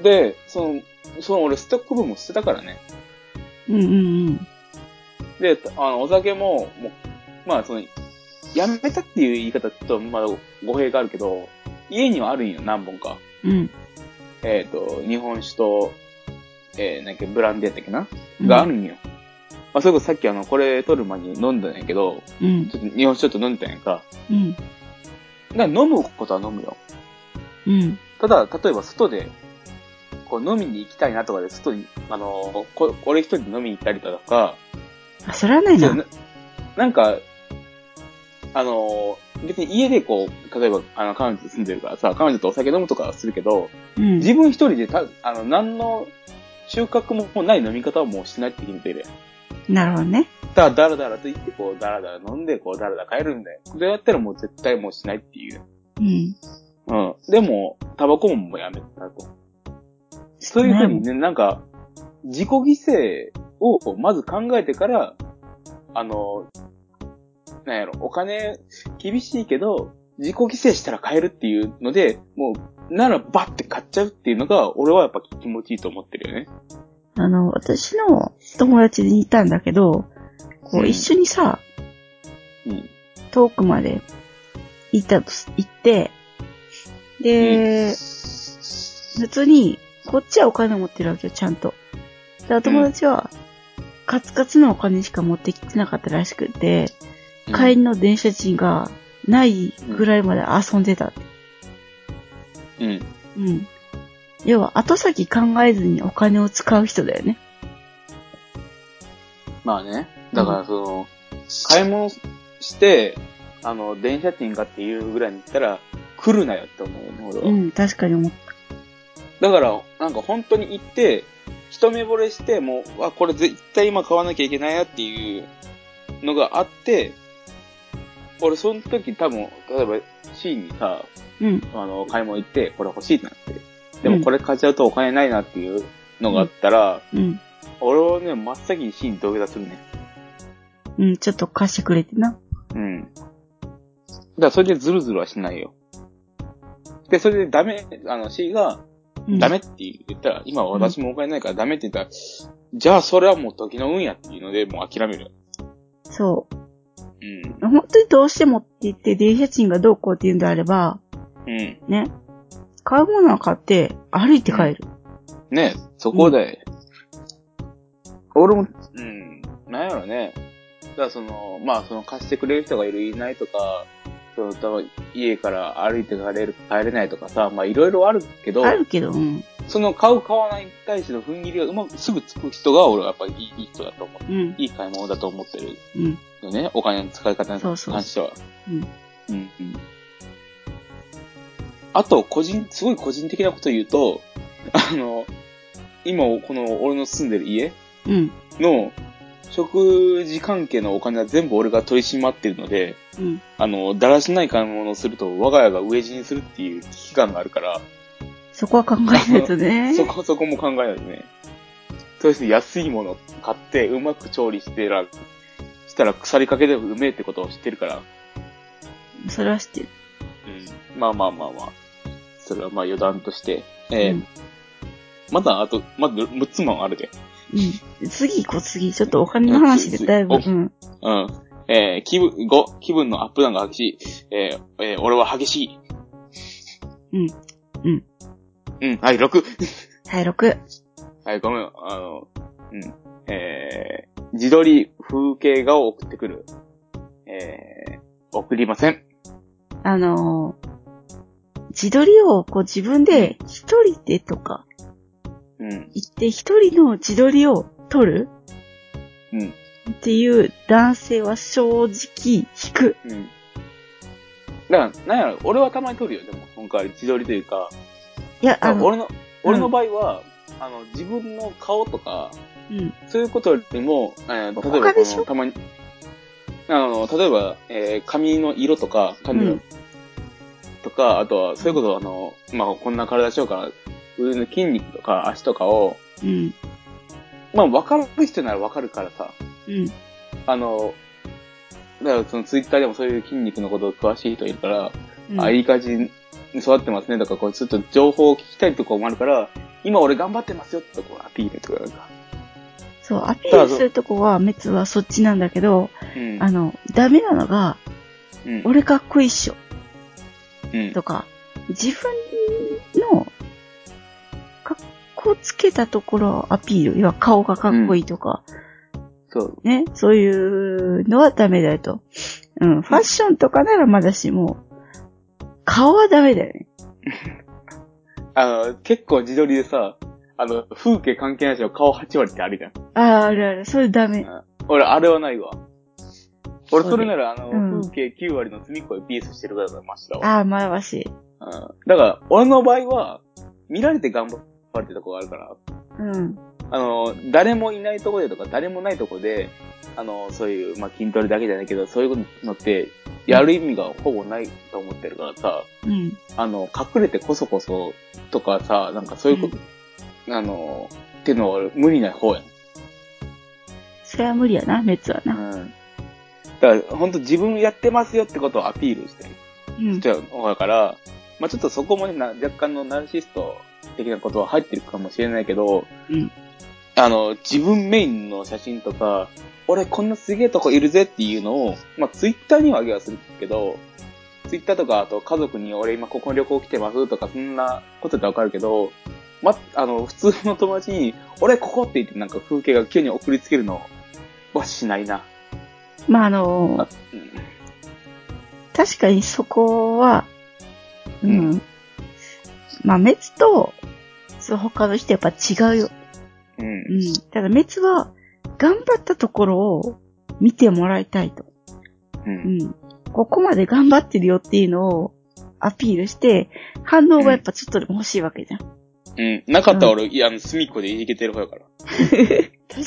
Speaker 2: ん。で、その、その俺ストック分も捨てたからね。
Speaker 1: うんうんうん。
Speaker 2: で、あの、お酒も、もう、まあその、やめたっていう言い方ちょっと、まあ、語弊があるけど、家にはあるんよ、何本か。
Speaker 1: うん。
Speaker 2: えっ、と、日本酒と、えー、なんかブランデーやったっけながあるんよ。まあ、それこそさっきあの、これ撮る前に飲んだんやけど、
Speaker 1: うん。
Speaker 2: ちょっと日本酒ちょっと飲んでたんやんか。
Speaker 1: うん。
Speaker 2: だから飲むことは飲むよ。
Speaker 1: うん。
Speaker 2: ただ、例えば外で、こう飲みに行きたいなとかで、外に、あのーこ、俺一人で飲みに行ったりだとか、
Speaker 1: あ、それはない
Speaker 2: そう
Speaker 1: な。
Speaker 2: ななんか、あのー別に家でこう、例えば、あの、彼女と住んでるからさ、彼女とお酒飲むとかはするけど、
Speaker 1: うん。
Speaker 2: 自分一人でた、あの、何の収穫ももうない飲み方はもうしないって決めてるやん。
Speaker 1: なるほどね。
Speaker 2: だから、だらだらと言って、こう、だらだら飲んで、こう、だらだら帰るんで、それやったらもう絶対もうしないっていう。
Speaker 1: うん。
Speaker 2: うん。でも、タバコももうやめたと。そういうふうにね、なんか、自己犠牲をまず考えてから、あの、なんやろ、お金厳しいけど、自己犠牲したら買えるっていうので、もう、ならバッて買っちゃうっていうのが、俺はやっぱ気持ちいいと思ってるよね。
Speaker 1: あの、私の友達にいたんだけど、こ
Speaker 2: う
Speaker 1: う、
Speaker 2: ん
Speaker 1: 一緒にさ、
Speaker 2: うん。
Speaker 1: 遠くまで行ったとす、行って、で、普通に、こっちはお金持ってるわけよ、ちゃんと。で、友達は、カツカツのお金しか持ってきてなかったらしくて、帰りの電車賃がないぐらいまで遊んでたって。
Speaker 2: うん。
Speaker 1: うん。要は、後先考えずにお金を使う人だよね。
Speaker 2: まあね。だから、その、買い物して、あの、電車賃かっていうぐらいに行ったら、来るなよって思うね、俺は。
Speaker 1: うん、確かに思った。
Speaker 2: だから、なんか本当に行って、一目惚れして、もう、わ、これ絶対今買わなきゃいけないなっていうのがあって、俺その時多分、例えば C にさ、
Speaker 1: うん。
Speaker 2: あの、買い物行って、これ欲しいってなって。でも
Speaker 1: うん
Speaker 2: これ買っちゃうとお金ないなっていうのがあったら、
Speaker 1: うん。
Speaker 2: 俺はね、真っ先に C に土下座するね。
Speaker 1: うん、ちょっと貸してくれてな。
Speaker 2: うん。だからそれでズルズルはしないよ。で、それでダメ、あの、C が、
Speaker 1: うん
Speaker 2: ダメって言ったら、今私もお金ないからダメって言ったら、じゃあそれはもう時の運やっていうので、もう諦める。
Speaker 1: そ
Speaker 2: うん。
Speaker 1: う。本当にどうしてもって言って、電車賃がどうこうっていうんであれば、
Speaker 2: うん。
Speaker 1: ね。買うものは買って、歩いて帰る。
Speaker 2: ねそこで、俺も、うん、なんやろね。だからその、まあその貸してくれる人がいるいないとか、その多分家から歩いて帰れる、帰れないとかさ、まあいろいろあるけど、
Speaker 1: あるけど、うん。
Speaker 2: その買う買わないに対しての踏ん切りがうまくすぐつく人が俺はやっぱりいいいい人だと思う。
Speaker 1: うん。
Speaker 2: いい買い物だと思ってる
Speaker 1: うん。
Speaker 2: よね。お金の使い方に
Speaker 1: そう
Speaker 2: 関
Speaker 1: そう
Speaker 2: しては。
Speaker 1: うん
Speaker 2: うんうんあと、個人、すごい個人的なこと言うと、あの、今、この俺の住んでる家
Speaker 1: うん。
Speaker 2: の食事関係のお金は全部俺が取り締まってるので、
Speaker 1: うん。
Speaker 2: あの、だらしない買い物をすると我が家が飢え死にするっていう危機感があるから、
Speaker 1: そこは考えないとね。
Speaker 2: そこそこも考えないですね。とりあえず安いもの買って、うまく調理してら、したら腐りかけでうめえってことを知ってるから、
Speaker 1: それは知ってる。
Speaker 2: うん。まあまあまあまあ。それはまあ余談として。えー
Speaker 1: うん
Speaker 2: まだあと、まだ6つもあるで。
Speaker 1: うん。次行こう、次。ちょっとお金の話でだいぶ、
Speaker 2: う
Speaker 1: うんん。
Speaker 2: うん。えー気分、5、気分のアップダウンが激しい。えーえー俺は激しい。
Speaker 1: うん。うん。
Speaker 2: うん、はい、6。
Speaker 1: 第6。
Speaker 2: はい、ごめん、あの、うん。えー自撮り風景画を送ってくる。えー送りません。
Speaker 1: あのー自撮りをこう自分で一人でとか
Speaker 2: うん。
Speaker 1: 言って一人の自撮りを撮る
Speaker 2: うん。
Speaker 1: っていう男性は正直引く。
Speaker 2: うん。だから、なんやろ、俺はたまに撮るよ、でも、今回自撮りというか、
Speaker 1: いや、あ
Speaker 2: あ
Speaker 1: の、
Speaker 2: 俺の、俺の場合は、あの、自分の顔とか、
Speaker 1: うん。
Speaker 2: そういうことよりも、えー例えば
Speaker 1: 他
Speaker 2: こ
Speaker 1: でし
Speaker 2: の、
Speaker 1: ょ
Speaker 2: たまに、あの、例えば、えー髪の色とか、髪
Speaker 1: う
Speaker 2: の
Speaker 1: ん、
Speaker 2: とか、あとは、そういうこと、あの、まあ、こんな体しようから、腕の筋肉とか足とかを、
Speaker 1: うん。
Speaker 2: まあ、わかる人ならわかるからさ、
Speaker 1: うん。
Speaker 2: あの、だからそのツイッターでもそういう筋肉のことを詳しい人いるから、
Speaker 1: うん
Speaker 2: あ、いい感じに育ってますねとか、こう、ちょっと情報を聞きたいとこもあるから、今俺頑張ってますよってとこアピールとかなんか。
Speaker 1: そう、アピールするとこは、メツはそっちなんだけど、
Speaker 2: うん。
Speaker 1: あの、ダメなのが、
Speaker 2: うん、
Speaker 1: 俺かっこいいっしょ
Speaker 2: うん、
Speaker 1: とか、自分の、かっこつけたところをアピール、要は顔がかっこいいとか、
Speaker 2: そう。
Speaker 1: ね、そういうのはダメだよと。うん、ファッションとかならまだしも、顔はダメだよね。
Speaker 2: あの、結構自撮りでさ、あの、風景関係ないし顔8割ってあるじゃん。
Speaker 1: あーあるある、それダメ。
Speaker 2: 俺、あれはないわ。俺、それなら、あの、
Speaker 1: うん
Speaker 2: 風景9割の隅っこでピースしてるからマシだわ。
Speaker 1: ああ、前橋。
Speaker 2: うんだから、俺の場合は、見られて頑張るってとこがあるから、
Speaker 1: うん。
Speaker 2: あの、誰もいないとこでとか、誰もないとこで、あの、そういう、まあ、筋トレだけじゃないけど、そういうのって、やる意味がほぼないと思ってるからさ、
Speaker 1: うん。
Speaker 2: あの、隠れてこそこそとかさ、なんかそういうこと、あの、っていうのは無理な方やん。
Speaker 1: それは無理やな、メツはな。
Speaker 2: うん。だから、ほんと自分やってますよってことをアピールして
Speaker 1: うん。
Speaker 2: じゃあ、だから、まあちょっとそこもね、な若干のナルシスト的なことは入ってるかもしれないけど、
Speaker 1: うん
Speaker 2: あの、自分メインの写真とか、俺こんなすげえとこいるぜっていうのを、まあツイッターにはあげはするけど、ツイッターとか、あと家族に俺今ここに旅行来てますとか、そんなことってわかるけど、ま、あの、普通の友達に、俺ここって言ってなんか風景が急に送りつけるのはしないな。
Speaker 1: まあ、あのー
Speaker 2: あうん
Speaker 1: 確かにそこは、う。
Speaker 2: うん
Speaker 1: まあ、メツと、そう他の人やっぱ違うよ。
Speaker 2: うん
Speaker 1: う。ん。ただ、メツは、頑張ったところを見てもらいたいと。
Speaker 2: う。
Speaker 1: うんん。ここまで頑張ってるよっていうのをアピールして、反応がやっぱちょっとでも欲しいわけ
Speaker 2: (laughs)
Speaker 1: じゃん。
Speaker 2: うん。なかったら俺、いや、あの、隅っこでいじけてる方やから。
Speaker 1: 確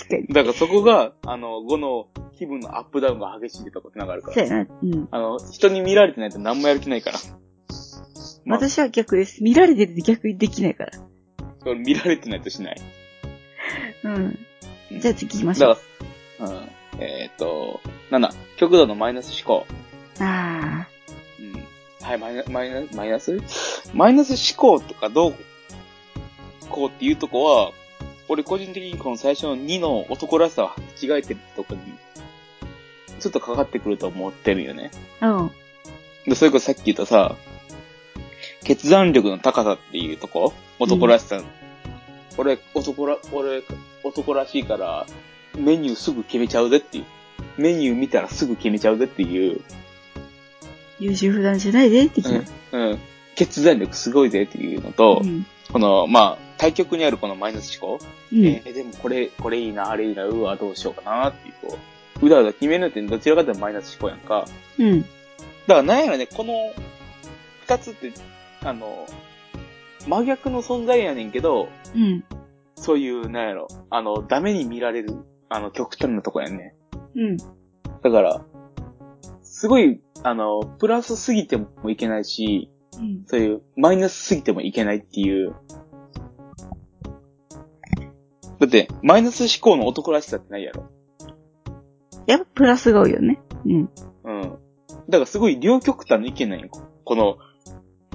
Speaker 1: かに。
Speaker 2: だからそこが、あの、5の気分のアップダウンが激しいってとこつながるか
Speaker 1: そう
Speaker 2: ら。
Speaker 1: やな。うん。
Speaker 2: あの、人に見られてないと何もやる気ないから。まあ
Speaker 1: 私は逆です。見られてると逆にできないから。
Speaker 2: 俺見られてないとしない。
Speaker 1: うん。じゃあ次行きましょ
Speaker 2: だ
Speaker 1: う。
Speaker 2: から、うん。えーっと、7、極度のマイナス思考。
Speaker 1: ああ。
Speaker 2: うん。はい、マイナマイナマイナスマイナス思考とかどうこうっていうとこは、俺個人的にこの最初の2の男らしさを着替えてるとこに、ちょっとかかってくると思ってるよね。
Speaker 1: うん。
Speaker 2: で、それこそさっき言ったさ、決断力の高さっていうとこ男らしさ。俺、男ら、俺、男らしいから、メニューすぐ決めちゃうぜっていう。メニュー見たらすぐ決めちゃうぜっていう。
Speaker 1: 優柔不断じゃないで、的な。
Speaker 2: うん。決断力すごいぜっていうのと、
Speaker 1: うん。
Speaker 2: この、まあ、対極にあるこのマイナス思考。
Speaker 1: うん。
Speaker 2: えーでもこれ、これいいな、あれいいな、うわ、どうしようかなっていう、こう、うだうだ決めるのってどちらかというとマイナス思考やんか。
Speaker 1: うん。
Speaker 2: だからなんやろね、この二つって、あの、真逆の存在やねんけど、
Speaker 1: うん。
Speaker 2: そういう、なんやろ、あの、ダメに見られる、あの、極端なとこやんね。
Speaker 1: うん。
Speaker 2: だから、すごい、あの、プラスすぎてもいけないし、
Speaker 1: うん。
Speaker 2: そういう、マイナスすぎてもいけないっていう。だって、マイナス思考の男らしさってないやろ。
Speaker 1: やっぱプラスが多いよね。うん。
Speaker 2: うん。だからすごい両極端の意見なんよ。ここの、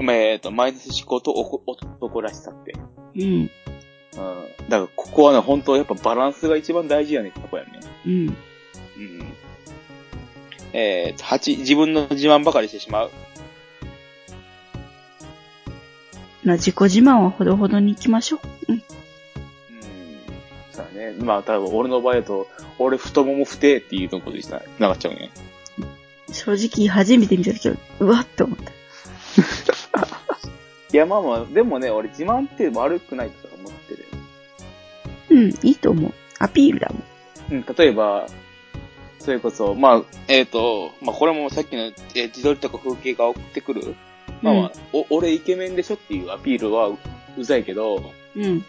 Speaker 2: まあえっ、と、マイナス思考とおこ男らしさって。
Speaker 1: うん。
Speaker 2: うん。だからここはね、本当やっぱバランスが一番大事やねってとこやね。
Speaker 1: うん。
Speaker 2: うん。えっ、と、8、自分の自慢ばかりしてしまう。
Speaker 1: まあ、自己自慢はほどほどに行きましょう。うん。
Speaker 2: うん。そうだね。まあ、多分俺の場合だと、俺太もも不定っていうとこでした。なかっちゃうね。
Speaker 1: 正直、初めて見た時は、うわっと思った。
Speaker 2: いや、まあまあ、でもね、俺自慢って悪くないとか思ってる。
Speaker 1: うん、いいと思う。アピールだもん。
Speaker 2: うん、例えば、それこそ、まあ、えっ、と、まあ、これもさっきの、えー自撮りとか風景が送ってくる、まあまあ、お、俺イケメンでしょっていうアピールはううざいけど、
Speaker 1: うん。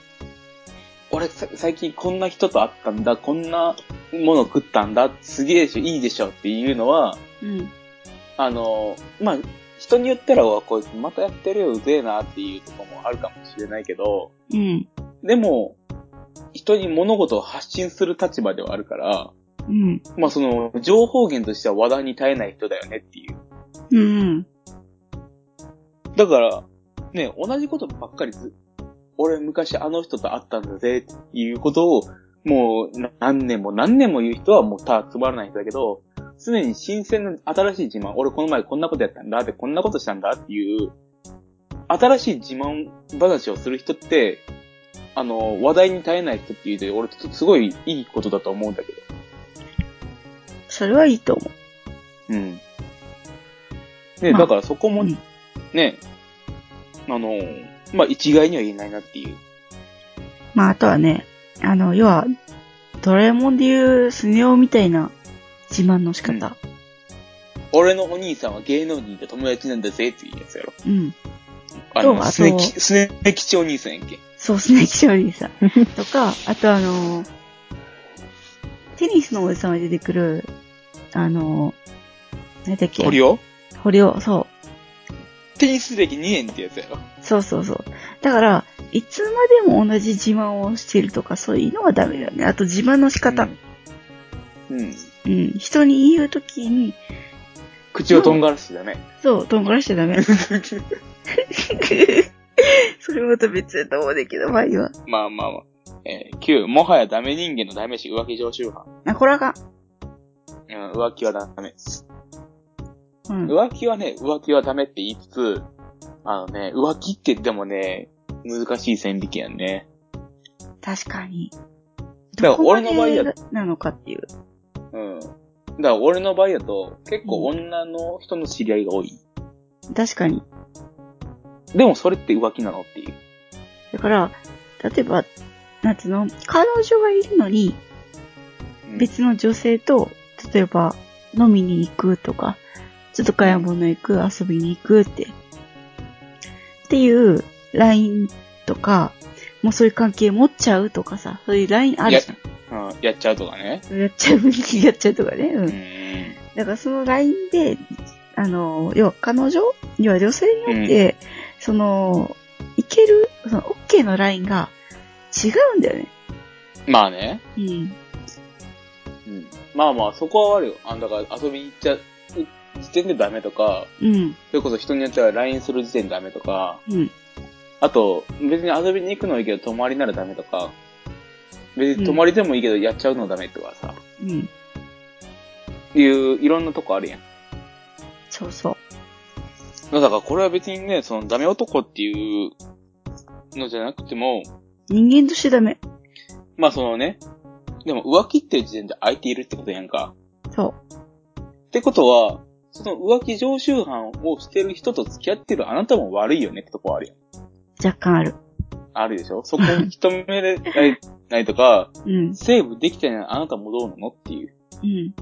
Speaker 2: 俺さ最近こんな人と会ったんだ、こんなもの食ったんだ、すげえし、いいでしょっていうのは、
Speaker 1: うん。
Speaker 2: あの、まあ、人によったら、うわこいつまたやってるよ、うぜえなっていうとこもあるかもしれないけど、
Speaker 1: うん。
Speaker 2: でも、人に物事を発信する立場ではあるから、
Speaker 1: うん。
Speaker 2: まあその、情報源としては話題に耐えない人だよねっていう。
Speaker 1: うん。
Speaker 2: だから、ね、同じことばっかりず、俺昔あの人と会ったんだぜっていうことを、もうな何年も何年も言う人はもうただつまらない人だけど、常に新鮮な新しい自慢、俺この前こんなことやったんだって、こんなことしたんだっていう、新しい自慢話をする人って、あの、話題に耐えない人っていうで、俺すごいいいことだと思うんだけど。
Speaker 1: それはいいと思
Speaker 2: うん。ね、
Speaker 1: まあ
Speaker 2: だからそこも、
Speaker 1: うん
Speaker 2: ね、あの、まあ、一概には言えないなっていう。
Speaker 1: う。まあ、あとはね、あの、要は、ドラえもんでいうスネ夫みたいな自慢の仕方。
Speaker 2: 俺のお兄さんは芸能人と友達なんだぜっていうやつやろ。
Speaker 1: うん。
Speaker 2: あ
Speaker 1: そう
Speaker 2: の、
Speaker 1: あと
Speaker 2: スネキ、スネ吉お兄さんやんけ。
Speaker 1: そうですね、気象にさん。 (laughs) とか、あとあのーテニスのおじさまに出てくる、あのー何だっけ
Speaker 2: 堀尾
Speaker 1: 堀尾、そう。
Speaker 2: テニス歴2年ってやつやろ。
Speaker 1: そうそうそう。だから、いつまでも同じ自慢をしてるとか、そういうのはダメだよね。あと自慢の仕方。
Speaker 2: うん。う
Speaker 1: う
Speaker 2: ん。
Speaker 1: ん。人に言うときに、
Speaker 2: 口をとんがらしてだね。
Speaker 1: そう、とんがらしちゃダメ。 (laughs) それまた別だと思うねんだけど、まあいいわ。
Speaker 2: まあまあまあ。えー、9、もはやダメ人間のダメし浮気常習犯。
Speaker 1: あ、これあかん。
Speaker 2: うん、浮気はダメ。
Speaker 1: うん。
Speaker 2: 浮気はね、浮気はダメって言いつつ、あのね、浮気ってでもね、難しい線引きやんね。
Speaker 1: 確かに。
Speaker 2: だから俺の場合や
Speaker 1: どこまでなのかっていう。
Speaker 2: うん。だから俺の場合だと、結構女の人の知り合いが多い。
Speaker 1: 確かに。
Speaker 2: でもそれって浮気なのっていう。
Speaker 1: だから、例えば、なんていうの、彼女がいるのに、
Speaker 2: うん
Speaker 1: 別の女性と、例えば、飲みに行くとか、ちょっと買い物行く、遊びに行くって、っていう、LINE とか、もうそういう関係持っちゃうとかさ、そういう LINE あるじゃん。
Speaker 2: うん、やっちゃうとかね。
Speaker 1: やっちゃう、やっちゃうとかね。う。
Speaker 2: うんん。
Speaker 1: だからその LINE で、あの、要は彼女要は女性によって、その、いける、その OK の LINE が違うんだよね。
Speaker 2: まあね。
Speaker 1: うん。
Speaker 2: うん。まあまあ、そこは悪いよ。あんだから遊びに行っちゃう、時点でダメとか、
Speaker 1: うん。
Speaker 2: それこそ人によっては LINE する時点でダメとか、
Speaker 1: うん。
Speaker 2: あと、別に遊びに行くのはいいけど泊まりならダメとか、別に泊まりでもいいけどやっちゃうのダメとかさ、
Speaker 1: うん。
Speaker 2: いう、いろんなとこあるやん。
Speaker 1: そうそう。
Speaker 2: だからこれは別にね、そのダメ男っていうのじゃなくても、
Speaker 1: 人間としてダメ。
Speaker 2: まあそのね、でも浮気っていう時点で相手いるってことやんか。
Speaker 1: そ
Speaker 2: ってことは、その浮気常習犯をしてる人と付き合ってるあなたも悪いよねってとこあるやん。
Speaker 1: う。若干ある。
Speaker 2: あるでしょそこを認めれないないとか、
Speaker 1: うん。
Speaker 2: セーブできてないあなたもどうなのっていう。
Speaker 1: うん。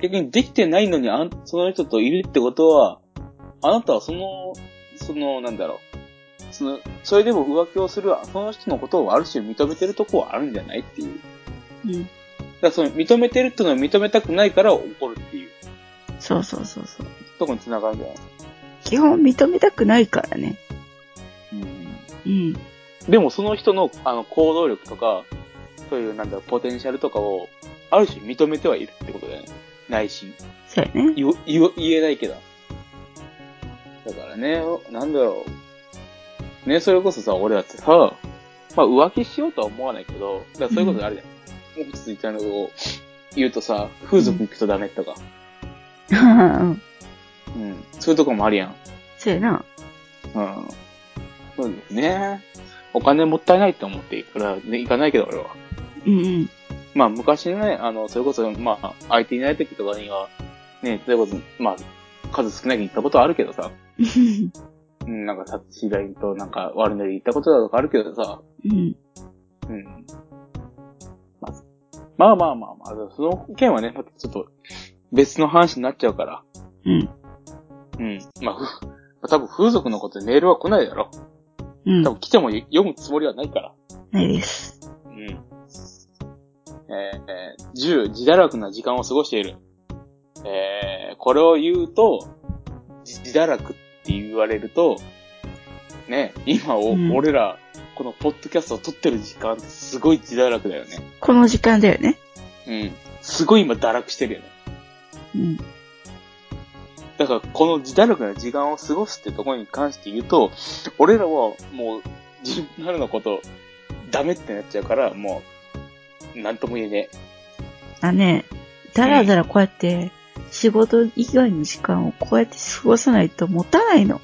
Speaker 2: 逆にできてないのにあんその人といるってことは、あなたはその、その、なんだろう。その、それでも浮気をする、その人のことをある種認めてるとこはあるんじゃないっていう。
Speaker 1: うん。
Speaker 2: だからその認めてるっていうのを認めたくないから怒るっていう
Speaker 1: そうそうそうそう。
Speaker 2: とこに繋がるんじゃない
Speaker 1: 基本認めたくないからね。うん。
Speaker 2: でもその人のあの行動力とか、そういうなんだろう、ポテンシャルとかを、ある種認めてはいるってことだよね。内心。
Speaker 1: そうやね。
Speaker 2: 言お言お言えないけど。だからね、なんだろう。ね、それこそさ、俺だってさ、まあ浮気しようとは思わないけど、だからそういうことがあるじゃん。もうついたのを言うとさ、風俗行くとダメとか、
Speaker 1: うん。
Speaker 2: うん。そういうとこもあるやん。
Speaker 1: そうやな。
Speaker 2: うん。そうですね。お金もったいないって思って、これはね、行かないけど俺は。
Speaker 1: うんうん。
Speaker 2: まあ昔のね、あの、それこそ、まあ、空いていない時とかには、ね、それこそ、まあ、数少ないに行ったことはあるけど
Speaker 1: (laughs)
Speaker 2: さ、うん、なんか、タッチラインとなんか、悪乗り行ったことだとかあるけどさ、
Speaker 1: うん。
Speaker 2: うん。まあ、まあまあまあ、まあ、その件はね、またちょっと、別の話になっちゃうから、
Speaker 1: うん。
Speaker 2: うん。まあふ、ま (laughs) あ、多分風俗のことでメールは来ないだろ。
Speaker 1: うん
Speaker 2: 多。分来ても読むつもりはないから。
Speaker 1: ないです。
Speaker 2: うん。えーえー、10、自堕落な時間を過ごしている。えー、これを言うと、自自堕落って言われると、ね、今を、
Speaker 1: うん
Speaker 2: 俺ら、このポッドキャストを撮ってる時間、すごい自堕落だよね。
Speaker 1: この時間だよね。
Speaker 2: うん。すごい今堕落してるよね。
Speaker 1: うん。
Speaker 2: だから、この自堕落な時間を過ごすってところに関して言うと、俺らはもう、自分なりのこと、ダメってなっちゃうから、もう、なんとも言えねえ。
Speaker 1: あね、だらだらこうやって、仕事以外の時間をこうやって過ごさないと持たないの。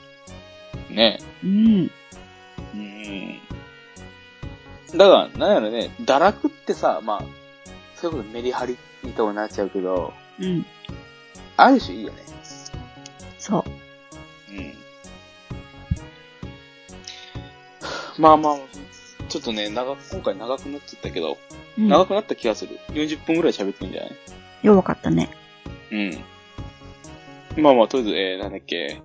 Speaker 2: ね
Speaker 1: うん。
Speaker 2: うん。だから、なんやろね、堕落ってさ、まあ、そういうことメリハリみたいになっちゃうけど、
Speaker 1: うん。
Speaker 2: ある種いいよね。
Speaker 1: そう。
Speaker 2: うん。まあまあ、ちょっとね、長く、今回長くなっちゃったけど、
Speaker 1: うん、
Speaker 2: 長くなった気がする。40分ぐらい喋ってるんじゃない
Speaker 1: 弱かったね。
Speaker 2: うん。まあまあ、とりあえず、えー、なんだっけ、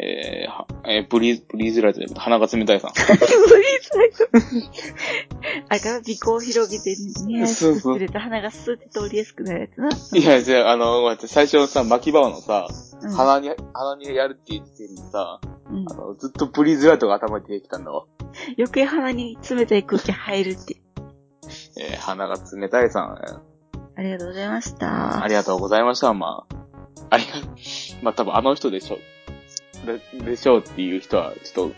Speaker 2: えー、はえーブリーズ、ブリーズライトで、鼻が冷たいさん。
Speaker 1: ブリーズ (laughs) あれかな鼻孔を広げてね、
Speaker 2: そうそう
Speaker 1: れた鼻がスーって通りやすくなるやつな。
Speaker 2: いや、じゃあ、あの、待って、最初のさ、巻き場のさ、
Speaker 1: うん、
Speaker 2: 鼻に、鼻にやるっていう時点でさ、
Speaker 1: うん
Speaker 2: あの、ずっとブリーズライトが頭に出てきたんだわ。
Speaker 1: 余計鼻に冷たい空気入るって。
Speaker 2: えー、鼻が冷たいさん。
Speaker 1: ありがとうございまし
Speaker 2: あ
Speaker 1: た。
Speaker 2: りがとうございました、まあ。ありが、 (laughs) まあ多分あの人でしょで、でしょうっていう人は、ちょっと、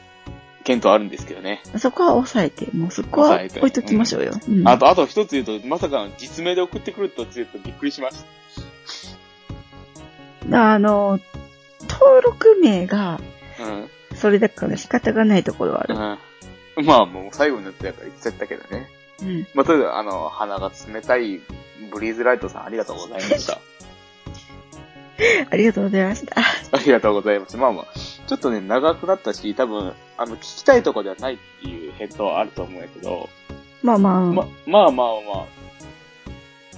Speaker 2: 検討あるんですけどね。
Speaker 1: そこは抑えて、もうそこは
Speaker 2: 抑えて
Speaker 1: 置いときましょうよ。うん
Speaker 2: あと、あと一つ言うと、まさかの実名で送ってくるとちょっとびっくりしました。
Speaker 1: あの、登録名が、
Speaker 2: うん。
Speaker 1: それだから仕方がないところはある。
Speaker 2: うん。まあもう最後のやつやから言っちゃったけどね。
Speaker 1: うん。
Speaker 2: まあ、とりあえず、あの、鼻が冷たいブリーズライトさんありがとうございました。
Speaker 1: ありがとうございました。
Speaker 2: (laughs) ありがとうございます。まあまあ、ちょっとね、長くなったし、多分、あの、聞きたいとこではないっていう返答はあると思うんやけど、
Speaker 1: まあまあ、
Speaker 2: ま、まあまあま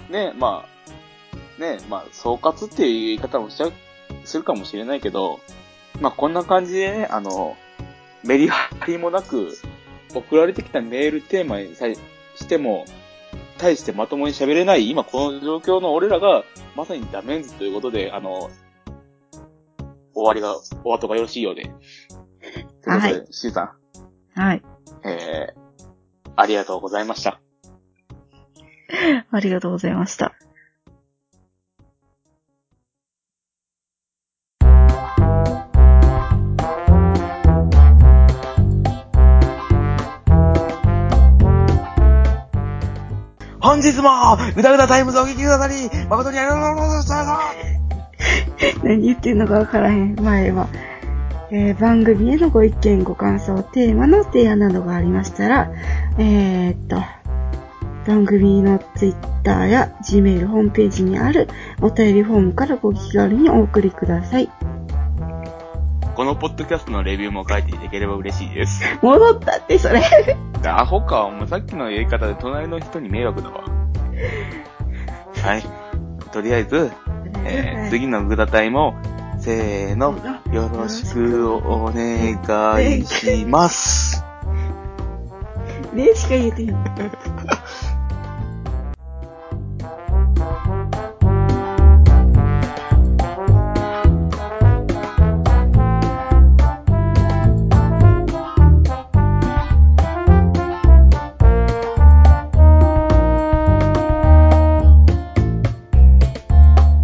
Speaker 2: あ、ね、まあ、ね、まあ、総括っていう言い方もしちゃう、するかもしれないけど、まあこんな感じでね、あの、メリハリもなく、送られてきたメールテーマにさえしても、対してまともに喋れない、今この状況の俺らが、まさにダメンズということで、あの、終わりが、終わったがよろしいようで。というこ
Speaker 1: は
Speaker 2: と
Speaker 1: い
Speaker 2: で、シーさん、
Speaker 1: はい。
Speaker 2: えー、ありがとうございました。
Speaker 1: ありがとうございました。
Speaker 2: 日も、ぐだぐだタイムズをお聞きくださり、誠にありがとうございました。
Speaker 1: 何言ってるのかわからへん前は、えー番組へのご意見、ご感想、テーマの提案などがありましたら、えーっと、番組の Twitter や Gmail ホームページにあるお便りフォームからご気軽にお送りください。
Speaker 2: このポッドキャストのレビューも書いていただければ嬉しいです。
Speaker 1: 戻ったって、それ。
Speaker 2: アホか、お前さっきの言い方で隣の人に迷惑だわ。はい。とりあえず、えー次のグダタイも、せーの、よろしくお願いします。
Speaker 1: ねしか言えてへん。